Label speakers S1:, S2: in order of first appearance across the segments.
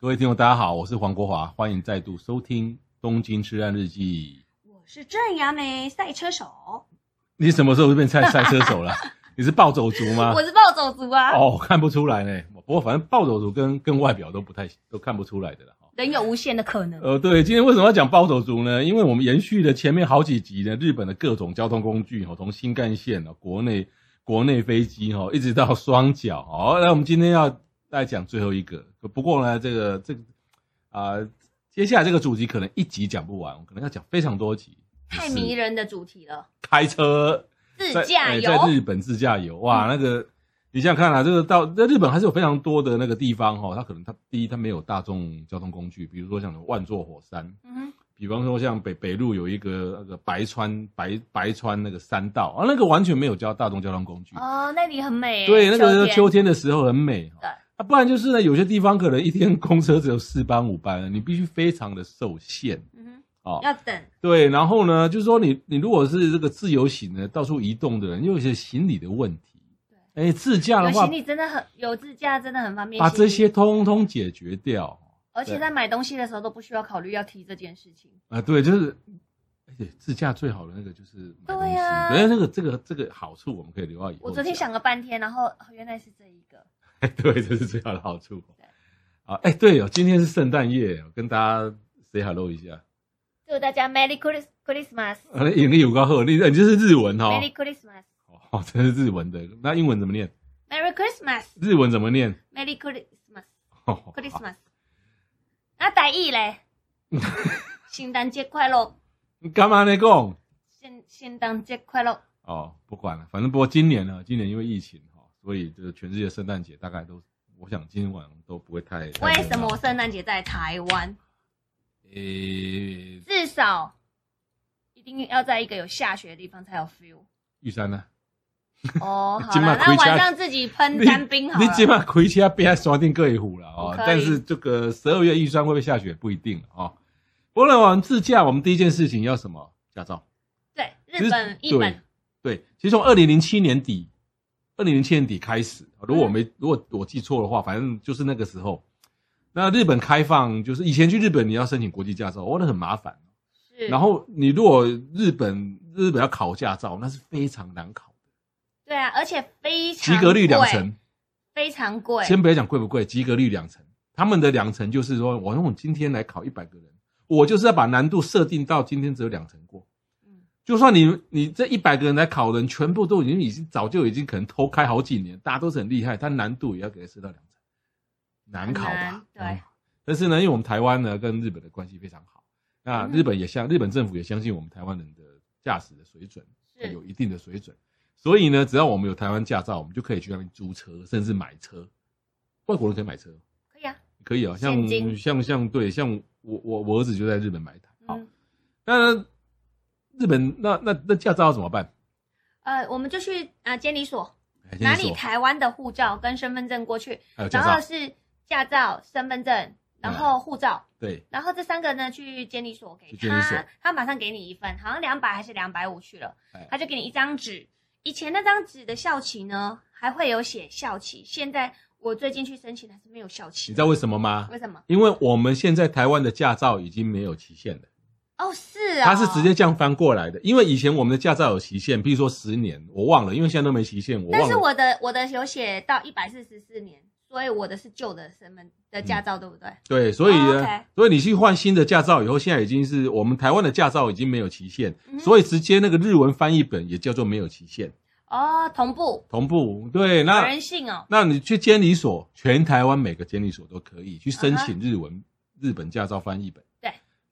S1: 各位听众，大家好，我是黄国华，欢迎再度收听《东京痴汉日记》。
S2: 我是郑雅梅赛车手，
S1: 你什么时候就变赛赛车手了？你是暴走族吗
S2: 我？是暴走族啊，
S1: 哦，看不出来呢。不过反正暴走族跟跟外表都不太都看不出来的啦。哦
S2: 人有无限的可能。
S1: 呃，对，今天为什么要讲暴走族呢？因为我们延续了前面好几集呢，日本的各种交通工具哦，从新干线哦，国内国内飞机哦，一直到双脚哦。那我们今天要再讲最后一个，不过呢，这个这个啊、接下来这个主题可能一集讲不完，我可能要讲非常多集。
S2: 太
S1: 就是
S2: 迷人的主题了，
S1: 开车
S2: 自
S1: 在
S2: 驾
S1: 哎
S2: 游。嗯
S1: 在日本自驾游，哇，那个你想想看啊，这个到在日本还是有非常多的那个地方哈、哦，它可能它第一它没有大众交通工具，比如说像什么万座火山，
S2: 嗯哼，
S1: 比方说像北北路有一个那个白川白白川那个山道啊，那个完全没有交大众交通工具，
S2: 哦，那里很美。
S1: 对，那个
S2: 天
S1: 秋天的时候很美。
S2: 对
S1: 啊，不然就是呢，有些地方可能一天公车只有四班五班，你必须非常的受限
S2: 嗯
S1: 哦
S2: 哼，。要等。
S1: 对，然后呢，就是说你你如果是这个自由行呢，到处移动的人，又有一些行李的问题。哎，自驾
S2: 有
S1: 的话
S2: 行，李真的很有自驾，真的很方便。
S1: 把这些，通通解决掉
S2: 而且在买东西的时候都不需要考虑要提这件事情。
S1: 啊、对，就是，而且自驾最好的那个就是买东西，
S2: 对啊
S1: 但是这个这个这个好处我们可以留到以后。
S2: 我昨天，想了半天，然后哦原来是这一个。
S1: 哎，对，这是最好的好处
S2: 对。
S1: 啊，哎，对哦，今天是圣诞夜，我跟大家 say hello 一下。
S2: 祝大家 Merry Christ- Christmas，Merry
S1: 啊，引力有高贺，你你这是日文哦，
S2: Christmas，Merry
S1: 哦，这是日文的。那英文怎么念？
S2: Christmas，Merry
S1: 日文怎么念？
S2: Christmas，Christmas。
S1: 哦好
S2: Christmas 那台语 嘞？圣诞节快乐，
S1: 你干嘛呢？讲
S2: 圣圣诞节快乐。
S1: 哦，不管了，反正不过今年呢，今年因为疫情哈、哦，所以这个全世界圣诞节大概都，我想今天晚上都不会太。太
S2: 为
S1: 热闹
S2: 什么我圣诞节在台湾？
S1: 诶，
S2: 至少一定要在一个有下雪的地方才有 feel。
S1: 玉山呢？
S2: 哦，好
S1: 今
S2: 了，
S1: 晚
S2: 那
S1: 回家
S2: 晚上自己喷干冰好
S1: 你 起
S2: 了。
S1: 码回家边还刷定各一壶了哦
S2: 我。可以
S1: 但是这个十二月玉山会不会下雪不一定哦。不过呢，我们自驾，我们第一件事情要什么？驾照。
S2: 对，日本
S1: 其
S2: 一
S1: 实
S2: 本
S1: 对对，其实从二零零七年底，二零零七年底开始，如果我没、
S2: 嗯
S1: 如果我记错的话，反正就是那个时候。那日本开放就是以前去日本你要申请国际驾照，哦，那很麻烦。
S2: 是，
S1: 然后你如果日本日本要考驾照，那是非常难考的，
S2: 对啊，而且非常
S1: 及格率两
S2: 贵
S1: 成。
S2: 非常贵。
S1: 先不要讲贵不贵，及格率两成。他们的两成就是说，我用今天来考一百个人，我就是要把难度设定到今天只有两成过。
S2: 嗯
S1: 就算你你这一百个人来考的人，全部都已经已经早就已经可能偷开好几年，大家都是很厉害，但难度也要给他设到两成，难考吧？嗯
S2: 很难对
S1: 但是呢，因为我们台湾呢跟日本的关系非常好，那
S2: 嗯
S1: 日本也相、日本政府也相信我们台湾人的驾驶的水准
S2: 是
S1: 有一定的水准，所以呢，只要我们有台湾驾照，我们就可以去那边租车，甚至买车。外国人可以买车，
S2: 可以啊，
S1: 可以啊，像
S2: 现金
S1: 像像对，像我我我儿子就在日本买一台。好，
S2: 嗯，
S1: 那日本那那那驾照要怎么办？
S2: 呃，我们就去啊监理所
S1: 哎
S2: 拿
S1: 先说
S2: 你台湾的护照跟身份证过去，
S1: 还有
S2: 然
S1: 驾
S2: 后
S1: 照？
S2: 是驾照、身份证，然后护照，
S1: 对，
S2: 然后这三个呢去监理所给
S1: 去监理所
S2: 他，他马上给你一份，好像两百还是两百五去了
S1: 哎，
S2: 他就给你一张纸。以前那张纸的校旗呢，还会有写校旗，现在我最近去申请还是没有校旗
S1: 你知。道为什么吗？
S2: 为什么？
S1: 因为我们现在台湾的驾照已经没有期限了。
S2: 哦，是啊、
S1: 它是直接这样翻过来的，因为以前我们的驾照有期限，比如说十年，我忘了，因为现在都没期限，我
S2: 但
S1: 忘
S2: 是
S1: 了。
S2: 我的我的有写到一百四十四年，所以我的是旧的身份的驾照，对不对？
S1: 对，所以
S2: 哦
S1: 呢，
S2: ，OK
S1: 所以你去换新的驾照以后，现在已经是我们台湾的驾照已经没有期限，
S2: 嗯
S1: 所以直接那个日文翻译本也叫做没有期限，
S2: 哦，同步，
S1: 同步。对，
S2: 有
S1: 那
S2: 人性哦。
S1: 那你去监理所，全台湾每个监理所都可以去申请日文、日本驾照翻译本。
S2: 嗯对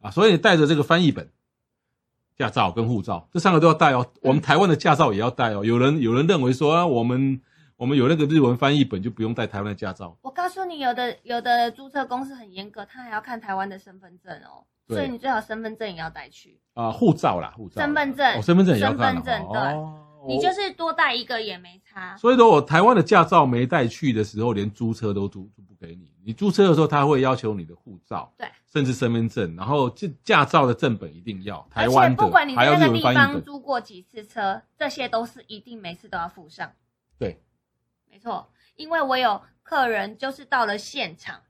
S1: 啊，所以你带着这个翻译本。驾照
S2: 嗯
S1: 跟护照这三个都要带哦，我们台湾的驾照也要带哦。有人有人认为说啊，我们我们有那个日文翻译本，就不用带台湾的驾照。
S2: 我告诉你，有的有的注册公司很严格，他还要看台湾的身份证哦，
S1: 对
S2: 所以你最好身份证也要带去。
S1: 啊，护照啦，护照啦，
S2: 身份证
S1: 哦，身份证也要看啊，
S2: 身份证对
S1: 哦
S2: 你就是多带一个也没差。
S1: 所以说我台湾的驾照没带去的时候，连租车都租租不给你。你租车的时候，他会要求你的护照，
S2: 对，
S1: 甚至身份证，然后驾驾照的正本一定要，台
S2: 而
S1: 湾
S2: 且
S1: 的
S2: 不管你
S1: 还
S2: 在
S1: 要
S2: 那
S1: 日
S2: 个
S1: 文
S2: 地
S1: 翻译
S2: 方
S1: 本，
S2: 租过几次车，这些都是一定每次都要附上。
S1: 对，
S2: 没错，因为我有客人就是到了现场，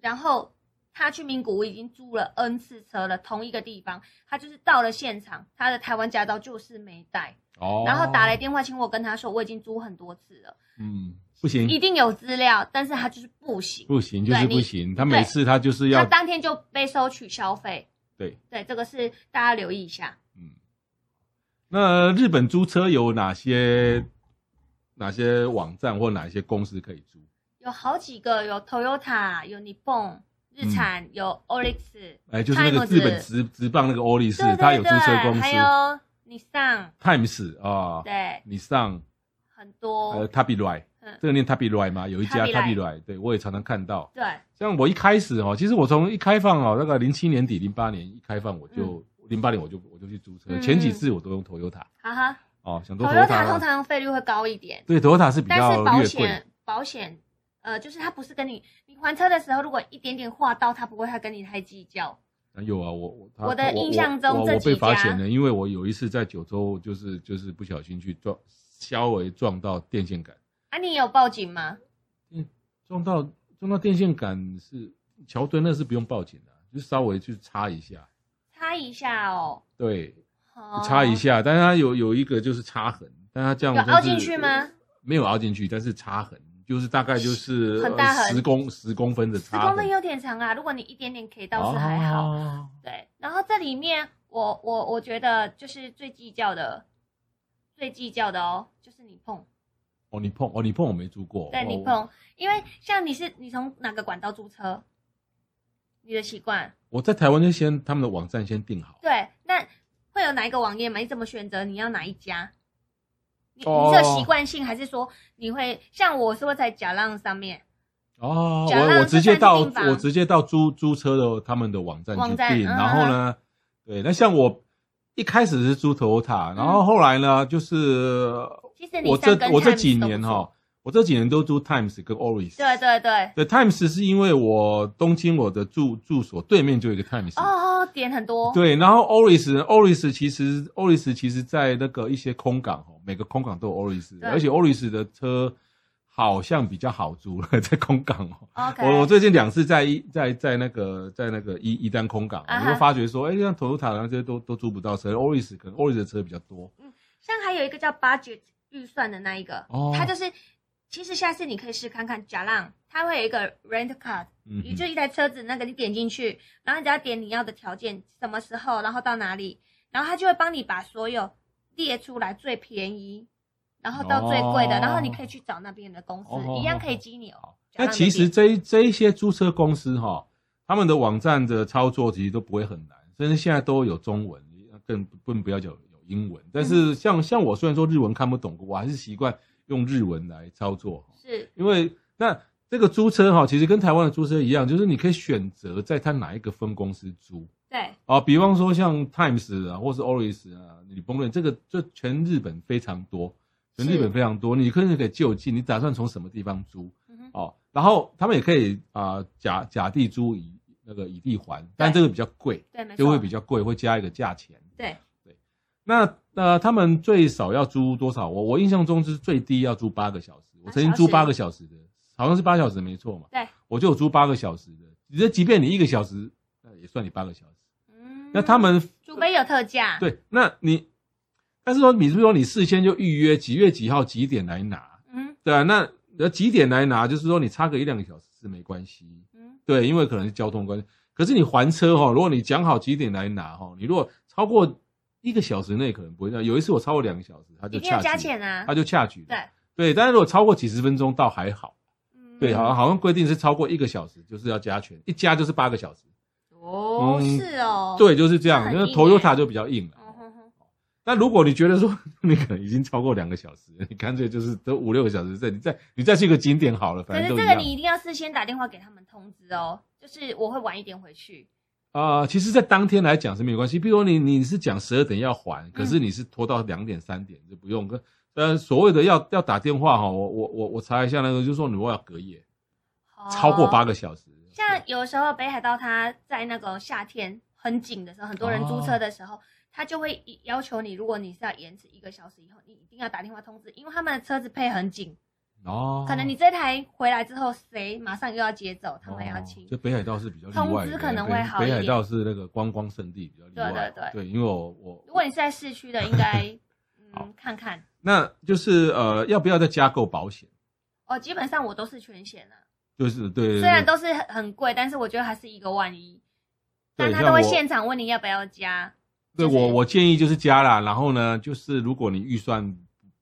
S2: 然后他去名古屋已经租了 N 次车了，同一个地方，他就是到了现场，他的台湾驾照就是没带，
S1: 哦
S2: 然后打来，电话请我跟他说我已经租很多次了，
S1: 嗯，不行，
S2: 一定有资料，但是他就是不行，
S1: 不行，就是
S2: 对
S1: 不
S2: 你
S1: 行。他每次他就是
S2: 他
S1: 要
S2: 当天就被收取消费。
S1: 对，
S2: 对，这个是大家留意一下。
S1: 嗯。那日本租车有哪些哪些网站或哪些公司可以租？
S2: 有好几个，有 Toyota，有 Nippon，日产，有 Olix，
S1: 哎，就是那个
S2: Times
S1: 日本直直棒那个欧力士，
S2: 对
S1: 它有
S2: 对
S1: 租车公
S2: 对，还
S1: 司
S2: 有 Nissan，
S1: ，Times 啊，
S2: 对，
S1: 你上
S2: 很多，
S1: 呃 Tabi Rai，
S2: 嗯
S1: 这个念 Tabi Rai 吗？有一家
S2: Tabi
S1: Tabi Rai，对我也常常看到。
S2: 对，
S1: 像我一开始哦，其实我从一开放哦，大概零七年底、零八年一开放，我就零八年我就我就去租车，
S2: 嗯
S1: 前几次我都用 Toyota
S2: 哈哈。
S1: 哦，想说
S2: Toyota 通
S1: Toyota
S2: 常费率会高一点，
S1: 对 Toyota 是比
S2: 但是
S1: 较
S2: 保
S1: 略贵，
S2: 险保险，呃，就是它不是跟你你还车的时候，如果一点点划到，它不会太跟你太计较。
S1: 啊有啊，我我他
S2: 我的印象中
S1: 我
S2: 这
S1: 我我被
S2: 几
S1: 罚
S2: 家
S1: 钱了，因为我有一次在九州就是就是不小心去撞，稍微撞到电线杆。
S2: 啊，你有报警吗？
S1: 撞到撞到电线杆是桥墩，那是不用报警的、啊就稍微去擦一下，
S2: 擦一下哦，
S1: 对，
S2: 哦
S1: 擦一，下。但是它有有一个就是擦痕，但它这样
S2: 有
S1: 就是
S2: 凹进去吗？
S1: 没有凹进去，但是擦痕就是大概就是呃
S2: 很大痕
S1: 十公十公分的
S2: 十
S1: 擦
S2: 公
S1: 痕，
S2: 分有点长啊，如果你一点点 K 倒是还好。
S1: 哦
S2: 对，然后这里面我我我觉得就是最计较的，最计较的哦，就是你碰，
S1: 哦，你碰哦，你碰我没租过，
S2: 对
S1: 哦
S2: 你碰，因为像你是你从哪个管道租车，你的习惯，
S1: 我在台湾就先他们的网站先定好，
S2: 对，那会有哪一个网页吗？你怎么选择你要哪一家？你
S1: 哦
S2: 你是有习惯性，还是说你会像我是会在假浪上面
S1: 哦，
S2: 假浪
S1: 我我直接
S2: 就算是
S1: 到
S2: 订房
S1: 我直接到租租车的他们的网站去
S2: 网站
S1: 订，
S2: 嗯
S1: 然后呢，对，那像我一开始是租 Toyota，然后后来呢，就是
S2: 其实嗯你
S1: 我
S2: 三跟
S1: 这我这
S2: Times
S1: 几
S2: 都不
S1: 年
S2: 错
S1: 哈，我这几年都租 Times 跟 Oris。
S2: 对对对，
S1: 对 Times 是因为我东京我的住住所对面就有一个 Times，、
S2: 哦，点很多，
S1: 对，然后 Oris Oris 其实 Oris 其实在那个一些空港哦，每个空港都有 Oris，
S2: 对
S1: 而且 Oris 的车好像比较好租了，在空港哦。
S2: ，OK，
S1: 我我最近两次在一在在那个在那个一一单空港，
S2: 啊哈
S1: 我就发觉说，哎、像 Toyota 那些都都租不到车，Oris 可能 Oris 的车比较多。
S2: 像还有一个叫 budget 预算的那一个，
S1: 哦
S2: 它就是其实下次你可以试看看假浪，它会有一个 rent card，
S1: 嗯
S2: 也就一台车子，那个你点进去，然后你只要点你要的条件，什么时候，然后到哪里，然后它就会帮你把所有列出来最便宜，然后到最贵的，
S1: 哦
S2: 然后你可以去找那边的公司，
S1: 哦
S2: 一样可以激你哦。
S1: 好那其实这一这一些租车公司哈、他们的网站的操作其实都不会很难，甚至现在都有中文，更更不要讲有英文。但
S2: 嗯
S1: 是像、像我虽然说日文看不懂，我还是习惯用日文来操作，
S2: 是
S1: 因为那。这个租车哈、其实跟台湾的租车一样，就是你可以选择在它哪一个分公司租。
S2: 对，
S1: 啊，比方说像 Times 啊，或是 Oris 啊，你甭论这个，这全日本非常多，全
S2: 是
S1: 日本非常多，你可能可以就近，你打算从什么地方租
S2: 嗯哼，
S1: 哦？然后他们也可以啊、甲甲地租以那个以地还，但这个比较贵，
S2: 对，没错，
S1: 就会比较贵，会加一个价钱。
S2: 对，
S1: 那呃，他们最少要租多少？我我印象中是最低要租八个小时，我
S2: 八
S1: 曾经
S2: 小
S1: 租
S2: 时
S1: 八个小时的，好像是八小时没错嘛，
S2: 对，
S1: 我就有租八个小时的，你这即便你一个小时，那也算你八个小时。
S2: 嗯
S1: 那他们
S2: 除非有特价，，
S1: 对，那你，但是说你是不是说你事先就预约几月几号几点来拿？
S2: 嗯
S1: 对啊，那呃几点来拿，就是说你差个一两个小时是没关系，
S2: 嗯，
S1: 对，因为可能是交通关系。可是你还车哈、哦，如果你讲好几点来拿哈、哦，你如果超过一个小时内可能不会这样。有一次我超过两个小时，他就
S2: 一定要
S1: 恰
S2: 加
S1: 举，
S2: 钱啊
S1: 他，就恰举。
S2: 对，
S1: 对，但是如果超过几十分钟倒还好，
S2: 嗯
S1: 对，好像好像规定是超过一个小时就是要加权，一加就是八个小时。
S2: 哦，
S1: 嗯
S2: 是哦，
S1: 对，就是这
S2: 那
S1: 样，
S2: 很
S1: 因为
S2: 硬欸
S1: Toyota 就比较硬了。
S2: 嗯哼哼，
S1: 那如果你觉得说那个已经超过两个小时，你干脆就是都五六个小时再你再你再去个景点好了，
S2: 可
S1: 反
S2: 是
S1: 正都
S2: 这
S1: 一
S2: 个
S1: 样
S2: 你一定要事先打电话给他们通知哦，就是我会晚一点回去。
S1: 啊、其实，在当天来讲是没有关系。比如你你是讲十二点要还，可
S2: 嗯
S1: 是你是拖到两点三点就不用跟。呃，所谓的要要打电话哈，我我我我查一下那个，就是说你如果要隔夜，超过八
S2: 个。
S1: 个小时，
S2: 哦像有时候北海道它在那个夏天很紧的时候，很多人租车的时候，他就会以要求你，如果你是要延迟一个小时以后，你一定要打电话通知，因为他们的车子配很紧，
S1: 哦，
S2: 可能你这台回来之后，谁马上又要接走，他们要清
S1: 哦。就北海道是比较例外
S2: 通
S1: 的，
S2: 知可能会
S1: 北
S2: 好一
S1: 北
S2: 点
S1: 海道是那个观光胜地，比较例外。
S2: 对对
S1: 对，因为我我
S2: 如果你是在市区的，应该
S1: 好
S2: 嗯看看
S1: 那就是呃，要不要再加购保险？
S2: 哦。基本上我都是全险啊，
S1: 就是对对，对
S2: 虽然都是很很贵，但是我觉得还是一个万一，但
S1: 对
S2: 他
S1: 像
S2: 都
S1: 我
S2: 会现场问你要不要加。
S1: 对
S2: 就是
S1: 我我建议就是加啦，然后呢，就是如果你预算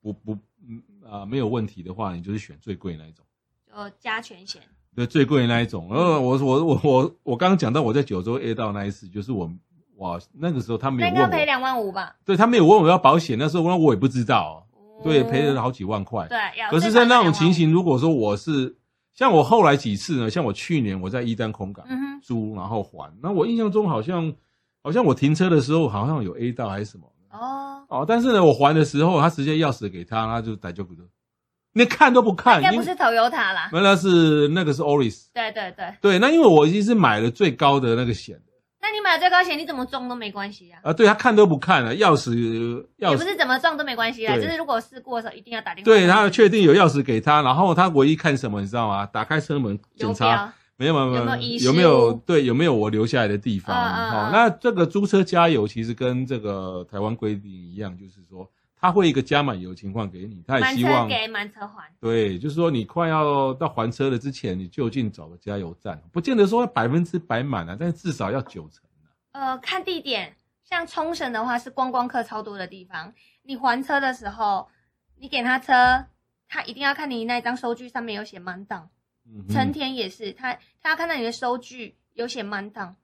S1: 不不嗯呃没有问题的话，你就是选最贵那一种，
S2: 就加全险，
S1: 对最贵那一种。呃，我我我我我刚刚讲到我在九州 A 到那一次，就是我哇那个时候他没有
S2: 那应该
S1: 问
S2: 赔
S1: 我，
S2: 两万五吧？
S1: 对他没有问我要保险，那时候我也不知道，对赔了
S2: 哦
S1: 好几万块。
S2: 对，要
S1: 可是，
S2: 最
S1: 在
S2: 少
S1: 那
S2: 要
S1: 种
S2: 两万
S1: 情
S2: 五，
S1: 形，如果说我是像我后来几次呢，像我去年我在一丹空港
S2: 嗯哼
S1: 租，然后还，那我印象中好像好像我停车的时候好像有 A 到还是什么。
S2: 哦，
S1: 哦，但是呢，我还的时候，他直接钥匙给他，他就逮就不得，连看都不看
S2: 应该，
S1: 因
S2: 不
S1: 为
S2: 是 Toyota 啦。
S1: 那是那个是 Oris，
S2: 对对对，
S1: 对，那因为我已经是买了最高的那个险
S2: 那你买最高险，你怎么撞都没关系啊，
S1: 啊，对他看都不看了，钥匙
S2: 也
S1: 钥
S2: 不
S1: 匙，
S2: 是怎么撞都没关系啦，啊
S1: 对
S2: 就是如果事故的时候一定要打电话。
S1: 对他确定有钥匙给他，然后他唯一看什么，你知道吗？打开车门检
S2: 有标
S1: 查，没有没有
S2: 有没有遗失
S1: 有没有
S2: 物
S1: 对有没有我留下来的地方？
S2: 嗯嗯
S1: 好、
S2: 嗯
S1: 那这个租车加油其实跟这个台湾规定一样，就是说他会一个加满油情况给你，他也
S2: 满
S1: 希
S2: 车
S1: 望
S2: 给满车还。
S1: 对，就是说你快要到还车了之前，你就近找个加油站，不见得说百分之百满啊，但是至少要九成啊。
S2: 呃，看地点，像冲绳的话是观光客超多的地方，你还车的时候，你给他车，他一定要看你那张收据上面有写满档，
S1: 嗯
S2: 成
S1: 哼，
S2: 田也是，他他要看到你的收据有写满档，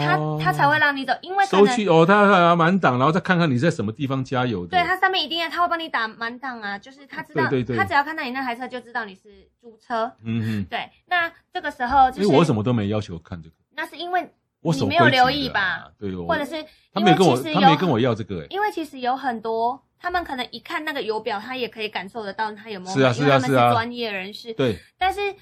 S2: 他
S1: 哦
S2: 他才会让你走，因为可
S1: 收
S2: 能
S1: 据哦，他他满档，然后再看看你在什么地方加油的。
S2: 对，它上面一定要，它会帮你打满档啊，就是他知道，
S1: 对对对
S2: 他只要看到你那台车就知道你是租车。
S1: 嗯
S2: 对，那这个时候就
S1: 哼，
S2: 是
S1: 因为我什么都没要求看这个，
S2: 那是因为
S1: 我手
S2: 你没有
S1: 规矩
S2: 留
S1: 的
S2: 意
S1: 啊
S2: 吧？
S1: 对，我
S2: 或者是
S1: 他
S2: 因
S1: 没
S2: 为
S1: 跟
S2: 其
S1: 我
S2: 实
S1: 他
S2: 有
S1: 没跟我要这个哎、
S2: 因为其实有很多，他们可能一看那个油表，他也可以感受得到他有没有
S1: 是啊
S2: 买
S1: 是
S2: 因为
S1: 啊
S2: 他们
S1: 是啊
S2: 专业人士。
S1: 对，
S2: 但是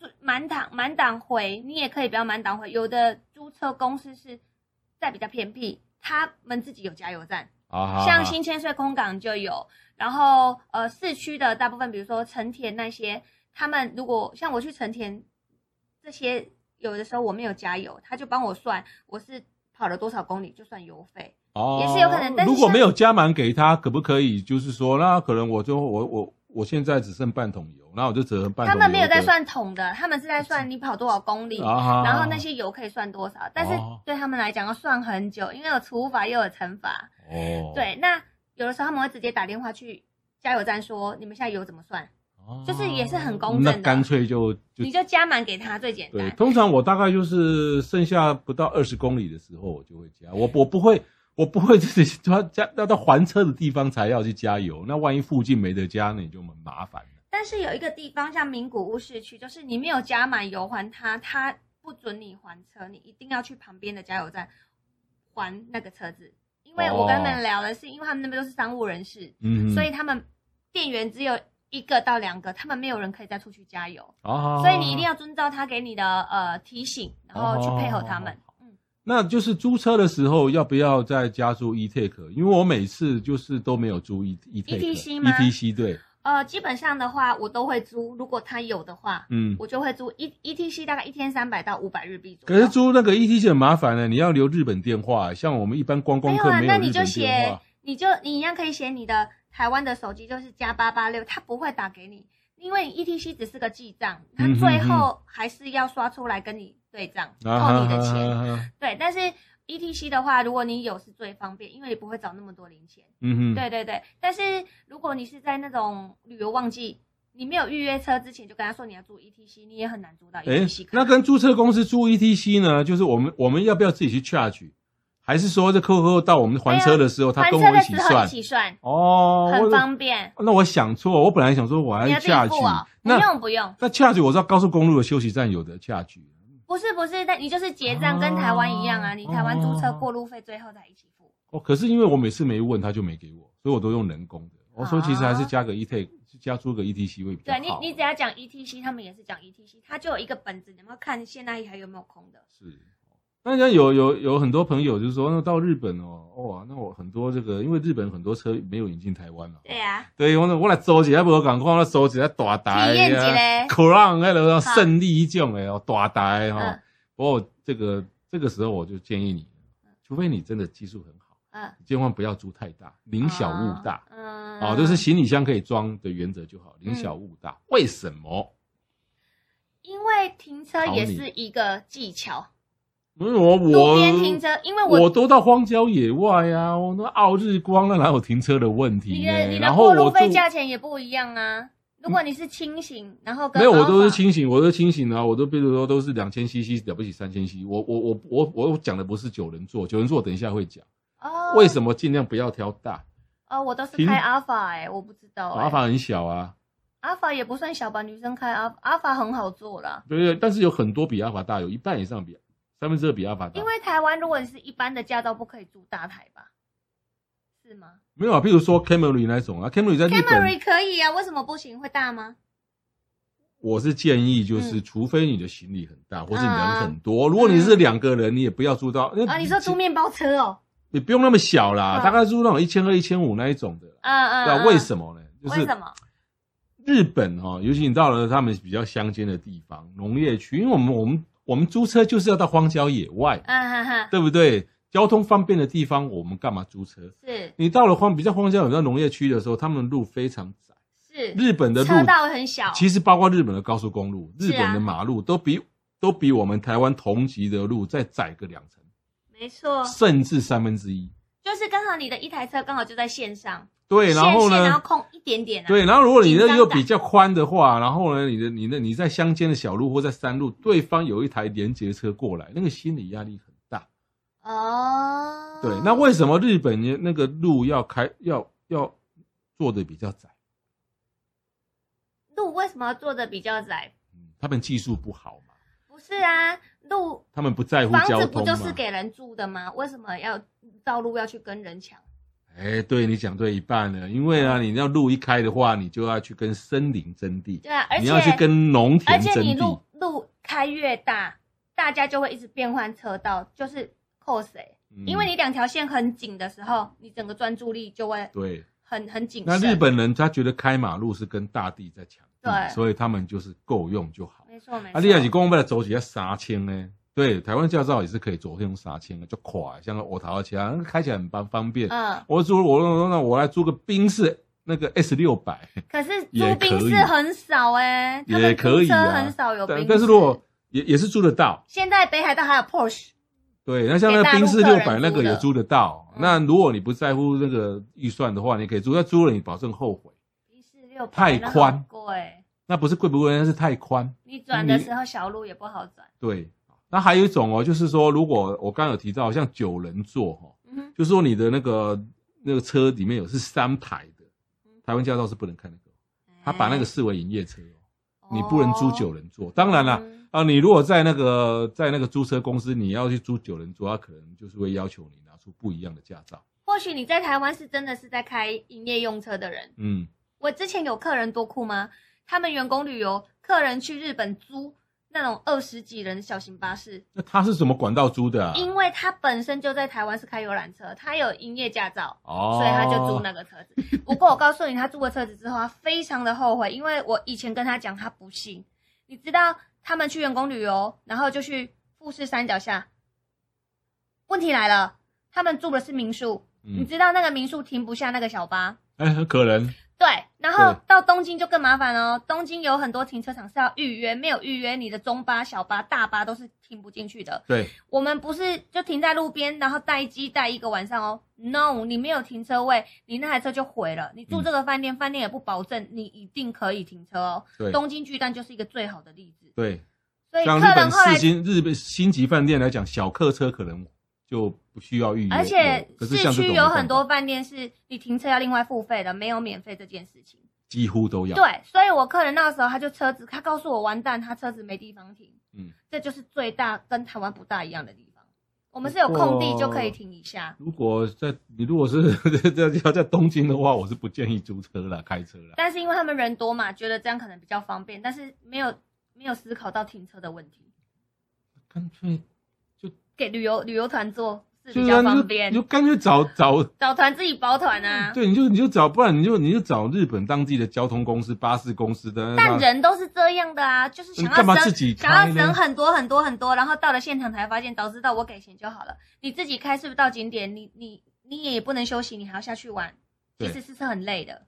S2: 就满档满档回，你也可以不要满档回。有的租车公司是在比较偏僻，他们自己有加油站。
S1: 啊哈，
S2: 像新千岁空港就有，然后呃市区的大部分，比如说成田那些，他们如果像我去成田，这些有的时候我没有加油，他就帮我算我是跑了多少公里，就算油费。
S1: 哦
S2: 也是有可能但是
S1: 如果
S2: 像
S1: 没有加满给他，可不可以就是说，那可能我就我我我现在只剩半桶油，那我就只剩半桶油的。
S2: 他们没有在算桶的，他们是在算你跑多少公里，
S1: 啊哈，
S2: 然后那些油可以算多少，但是
S1: 哦
S2: 对他们来讲要算很久，因为有除法又有乘法。
S1: 哦，
S2: 对，那有的时候他们会直接打电话去加油站说，你们现在油怎么算？
S1: 哦
S2: 就是也是很公正的
S1: 那干脆就就
S2: 你就加满给他最简
S1: 对
S2: 单。。
S1: 通常我大概就是剩下不到二十公里的时候，我就会加。我我不会，我不会自己抓加要到还车的地方才要去加油。那万一附近没得加，那你就很麻烦了。
S2: 但是有一个地方像名古屋市区，就是你没有加满油还他，他不准你还车，你一定要去旁边的加油站还那个车子。因为我跟他们聊的是，因为他们那边都是商务人士，
S1: 嗯，
S2: 所以他们店员只有一个到两个，他们没有人可以再出去加油，
S1: 啊，
S2: 所以你一定要遵照他给你的呃提醒，然后去配合他们。
S1: 哦
S2: 嗯，
S1: 那就是租车的时候要不要再加注 e take？因为我每次就是都没有租 e e take
S2: ETC 吗
S1: ETC 对，
S2: 呃，基本上的话我都会租，如果他有的话，
S1: 嗯。
S2: 我就会租 E E T C 大概一天三百到五百日币左
S1: 可
S2: 右。
S1: 是租那个 ETC 很麻烦呢，你要留日本电话，像我们一般观光
S2: 没有
S1: 客
S2: 啊，
S1: 没
S2: 那
S1: 有
S2: 你
S1: 日
S2: 就
S1: 本电
S2: 写
S1: 话。，
S2: 你就你一样可以写你的台湾的手机，就是加八八六，他不会打给你，因为你 ETC 只是个记账，他
S1: 嗯哼
S2: 最
S1: 哼
S2: 后还是要刷出来跟你对账，
S1: 啊
S2: 扣你的钱。
S1: 哈哈哈
S2: 对，但是 ETC 的话，如果你有是最方便，因为你不会找那么多零钱。
S1: 嗯哼，
S2: 对对对，但是如果你是在那种旅游旺季，你没有预约车之前就跟他说你要租 ETC，你也很难租到 E
S1: 哎
S2: ETC，卡。
S1: E 那跟租车公司租 ETC 呢？就是我们我们要不要自己去 charge？还是说这客户到我们还车的时候，他
S2: 哎还
S1: 跟
S2: 车
S1: 我
S2: 的
S1: 一起
S2: 时候
S1: 算
S2: 一？起算，
S1: 哦，
S2: 很
S1: 我
S2: 方便。
S1: 那我想错，我本来想说我还
S2: 你
S1: 要
S2: 要自己
S1: 下去
S2: 付哦，，不
S1: 那
S2: 用不用，
S1: 那下去我知道高速公路的休息站有的下去，
S2: 不是不是，但你就是结账跟台湾一样啊，你台湾租车过路费最后才一起付。
S1: 哦，可是因为我每次没问他就没给我，所以我都用人工的。我说其实还是加个 ET，加出个 ETC 会比较好。啊
S2: 啊对啊你，你只要讲 ETC，他们也是讲 ETC，它就有一个本子，你们要看现在还有没有空的。
S1: 是，那家有有有很多朋友就是说，那到日本哦，哇，那我很多这个，因为日本很多车没有引进台湾嘛。
S2: 对呀、
S1: 对，我那我来收一下，无赶快我收一下大台
S2: 体验一下
S1: 可让那个胜利一种的哦，大台哈、哦
S2: 嗯。
S1: 不过这个这个时候我就建议你，除非你真的技术很好，
S2: 啊，
S1: 千万不要租太大，
S2: 嗯，
S1: 宁小勿大。
S2: 嗯
S1: 哦，就是行李箱可以装的原则就好，宁小勿大。为什么？
S2: 因为停车
S1: 考
S2: 也
S1: 你
S2: 是一个技巧，
S1: 因为我
S2: 路
S1: 我
S2: 边停车，因为
S1: 我
S2: 我
S1: 都到荒郊野外啊，我那澳日光那哪有停车的问题
S2: 你
S1: 呢
S2: 的你？的
S1: 然后
S2: 过
S1: 我
S2: 路费
S1: 住
S2: 价钱也不一样啊。如果你是清醒，然后跟
S1: 没有，我
S2: 豪
S1: 都是
S2: 华
S1: 清醒，我都清醒啊，我都比如说都是两千 CC 了不起三千 CC，我我我我我讲的不是九人座，九人座等一下会讲，
S2: 哦，
S1: 为什么尽量不要挑大？
S2: 哦，我都是
S1: 停
S2: 开阿法哎，我不知道哎、
S1: 阿法很小啊，
S2: 阿法也不算小吧，女生开阿阿法很好做啦。
S1: 对对，但是有很多比阿法大，有一半以上比三分之二比阿法大
S2: 因。为台湾如果你是一般的驾照，不可以租大台吧？是吗
S1: 没有啊，譬如说 Camry 那种啊，Camry 在日本
S2: ？Camry 可以啊，为什么不行？会大吗？
S1: 我是建议，就是
S2: 嗯
S1: 除非你的行李很大，或是人很多。如果你是两个人，你也不要租到。
S2: 啊，你说租面包车哦？
S1: 你不用那么小啦，
S2: 嗯
S1: 大概租那种一千二、一千五那一种的。
S2: 啊啊！
S1: 那为什么呢？
S2: 么
S1: 就
S2: 为
S1: 是
S2: 什么？
S1: 日本哈、哦，尤其你到了他们比较乡间的地方、农业区，因为我们我们我们租车就是要到荒郊野外，
S2: 啊哈哈，
S1: 对不对？交通方便的地方，我们干嘛租车？
S2: 是
S1: 你到了荒比较荒郊野外农业区的时候，他们的路非常窄，
S2: 是，
S1: 日本的路
S2: 车道很小，
S1: 其
S2: 实
S1: 实包括日本的高速公路、
S2: 是啊
S1: 日本的马路，都比都比我们台湾同级的路再窄个两成，
S2: 没错，
S1: 甚至三分之一。
S2: 就是刚好你的一台车刚好就在线上，
S1: 对，然后
S2: 线线然后
S1: 呢？
S2: 空一点点啊。
S1: 对，然后如果你
S2: 紧张
S1: 那
S2: 感
S1: 又比较宽的话，然后呢，你的你的你在乡间的小路或在山路，对方有一台连接车过来，那个心理压力很大。
S2: 哦，
S1: 对，那为什么日本人那个路要开要要做的比较窄？
S2: 路为什么要做的比较窄？
S1: 嗯他们技术不好嘛，
S2: 不是啊，路
S1: 他们不在乎
S2: 房
S1: 交
S2: 子不
S1: 通
S2: 就是
S1: 嘛。
S2: 给人住的吗？为什么要道路要去跟人抢？
S1: 哎，对你讲对一半了，因为啊，你要路一开的话，你就要去跟森林争地，
S2: 嗯对啊，而且
S1: 你要去跟农
S2: 而
S1: 田
S2: 且
S1: 争
S2: 你
S1: 地
S2: 路。路开越大，大家就会一直变换车道，就是扣谁、
S1: 嗯
S2: 因为你两条线很紧的时候，你整个专注力就会
S1: 对，
S2: 很很谨
S1: 那
S2: 慎。
S1: 日本人他觉得开马路是跟大地在抢地，
S2: 对
S1: 所以他们就是够用就好。
S2: 没错没错，
S1: 啊，你若是讲要走起要三千呢？对，台湾驾照也是可以走用三千的，就快，像个我桃的车，那开起来很方方便。
S2: 嗯，
S1: 我租我那那我来租个宾士那个 S 六百，
S2: 可是租
S1: 也可以
S2: 宾士很少哎、他
S1: 也
S2: 们
S1: 可
S2: 租
S1: 以
S2: 车
S1: 啊
S2: 很少有宾
S1: 但
S2: 士。
S1: 但是如果也也是租得到，
S2: 现在北海道还有 Porsche，
S1: 对，那像那个宾士
S2: 给大
S1: 六
S2: 陆客
S1: 百
S2: 人
S1: 那个
S2: 租的
S1: 也租得到。
S2: 嗯
S1: 那如果你不在乎那个预算的话，你可以租，那租了你保证后悔。
S2: 宾士六
S1: 太宽
S2: 贵，
S1: 那不是贵不贵，那是太宽。
S2: 你转的
S1: 你
S2: 时候小路也不好转。
S1: 对，那还有一种哦，就是说，如果我刚刚有提到像九人座哈、哦，
S2: 嗯
S1: 就是说你的那个那个车里面有是三排的
S2: 嗯，
S1: 台湾驾照是不能看那个，
S2: 哼，
S1: 他把那个
S2: 哎
S1: 视为营业车哦，你不能租九人座。当然啦，
S2: 哦嗯
S1: 啊，你如果在那个在那个租车公司，你要去租九人座，他可能就是会要求你拿出不一样的驾照。
S2: 或许你在台湾是真的是在开营业用车的人。
S1: 嗯，
S2: 我之前有客人多酷吗？他们员工旅游，客人去日本租那种二十几人的小型巴士，
S1: 那他是怎么管道租的、啊？
S2: 因为他本身就在台湾是开游览车，他有营业驾照。
S1: 哦，
S2: 所以他就租那个车子。不过我告诉你，他租了车子之后，他非常的后悔，因为我以前跟他讲，他不信。你知道他们去员工旅游，然后就去富士山脚下。问题来了，他们住的是民宿，你
S1: 嗯，
S2: 知道那个民宿停不下那个小巴，
S1: 哎，很可能
S2: 对，然后
S1: 对
S2: 到东京就更麻烦哦。东京有很多停车场是要预约，没有预约，你的中巴、小巴、大巴都是停不进去的。
S1: 对，
S2: 我们不是就停在路边，然后待机待一个晚上哦？No，你没有停车位，你那台车就毁了。你住这个饭店，饭店也不保证你一定可以停车哦。
S1: 对
S2: 东京巨蛋就是一个最好的例子。
S1: 对，
S2: 所以
S1: 像日
S2: 客人
S1: 本
S2: 后来
S1: 四星日本星级饭店来讲，小客车可能就不需要预约。哦
S2: 而且
S1: 可是
S2: 市
S1: 像这
S2: 区
S1: 种
S2: 有
S1: 没办
S2: 很多
S1: 法
S2: 饭店是你停车要另外付费的，没有免费这件事情。
S1: 几乎都要。
S2: 对，所以我客人那时候他就车子，他告诉我完蛋，他车子没地方停。
S1: 嗯，
S2: 这就是最大跟台湾不大一样的地方。我们是有空地就可以停一下，
S1: 如果在你如果是 要要在东京的话，我是不建议租车啦，开车啦。
S2: 但是因为他们人多嘛，觉得这样可能比较方便，但是没有没有思考到停车的问题，
S1: 干脆
S2: 给旅游旅游团做是
S1: 就
S2: 比
S1: 是
S2: 较
S1: 啊
S2: 方
S1: 你就
S2: 便
S1: 你就。干脆找找，
S2: 找团自己包团啊，
S1: 对，你就你就找，不然你就你就找日本当地的交通公司、巴士公司的。
S2: 但人都是这样的啊，就是想
S1: 你干
S2: 要
S1: 嘛
S2: 省
S1: 自己
S2: 想要
S1: 开呢
S2: 省很多很多很多，然后到了现场才发现，早知道我给钱就好了。你自己开是不是到景点，你你你也不能休息，你还要下去玩，其
S1: 对
S2: 实是很累的。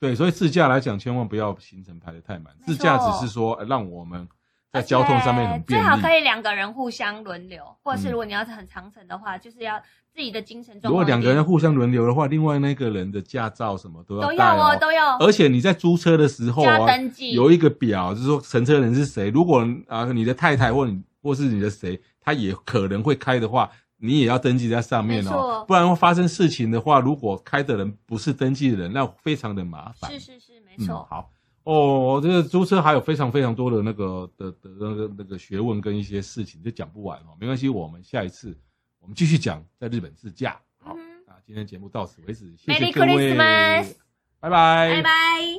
S1: 对，所以自驾来讲，千万不要行程排得太满。
S2: 没错
S1: 自驾只是说呃让我们在交通上面很便
S2: 最好可
S1: 利。
S2: 以两个人互相轮流，或者
S1: 嗯
S2: 是如果你要是很长程的话，就是要自己的精神状况。
S1: 如果两个人互相轮流的话，另外那个人的驾照什么都要
S2: 都
S1: 带
S2: 要哦，
S1: 哦。
S2: 都要，
S1: 而且你在租车的时候
S2: 就要
S1: 啊，
S2: 登记。
S1: 有一个表，就是说乘车人是谁。如果啊、你的太太或你或是你的谁，他也可能会开的话，你也要登记在上面
S2: 没错
S1: 哦。不然会发生事情的话，如果开的人不是登记的人，那非常的麻烦。
S2: 是是是，没
S1: 嗯，
S2: 错。
S1: 好哦，这个租车还有非常非常多的那个的的那个那个学问跟一些事情，就讲不完哦。没关系，我们下一次我们继续讲在日本自驾。好，
S2: 嗯哼
S1: 那今天节目到此为止，谢谢
S2: Merry
S1: 各位
S2: Christmas，
S1: 拜拜，
S2: 拜拜。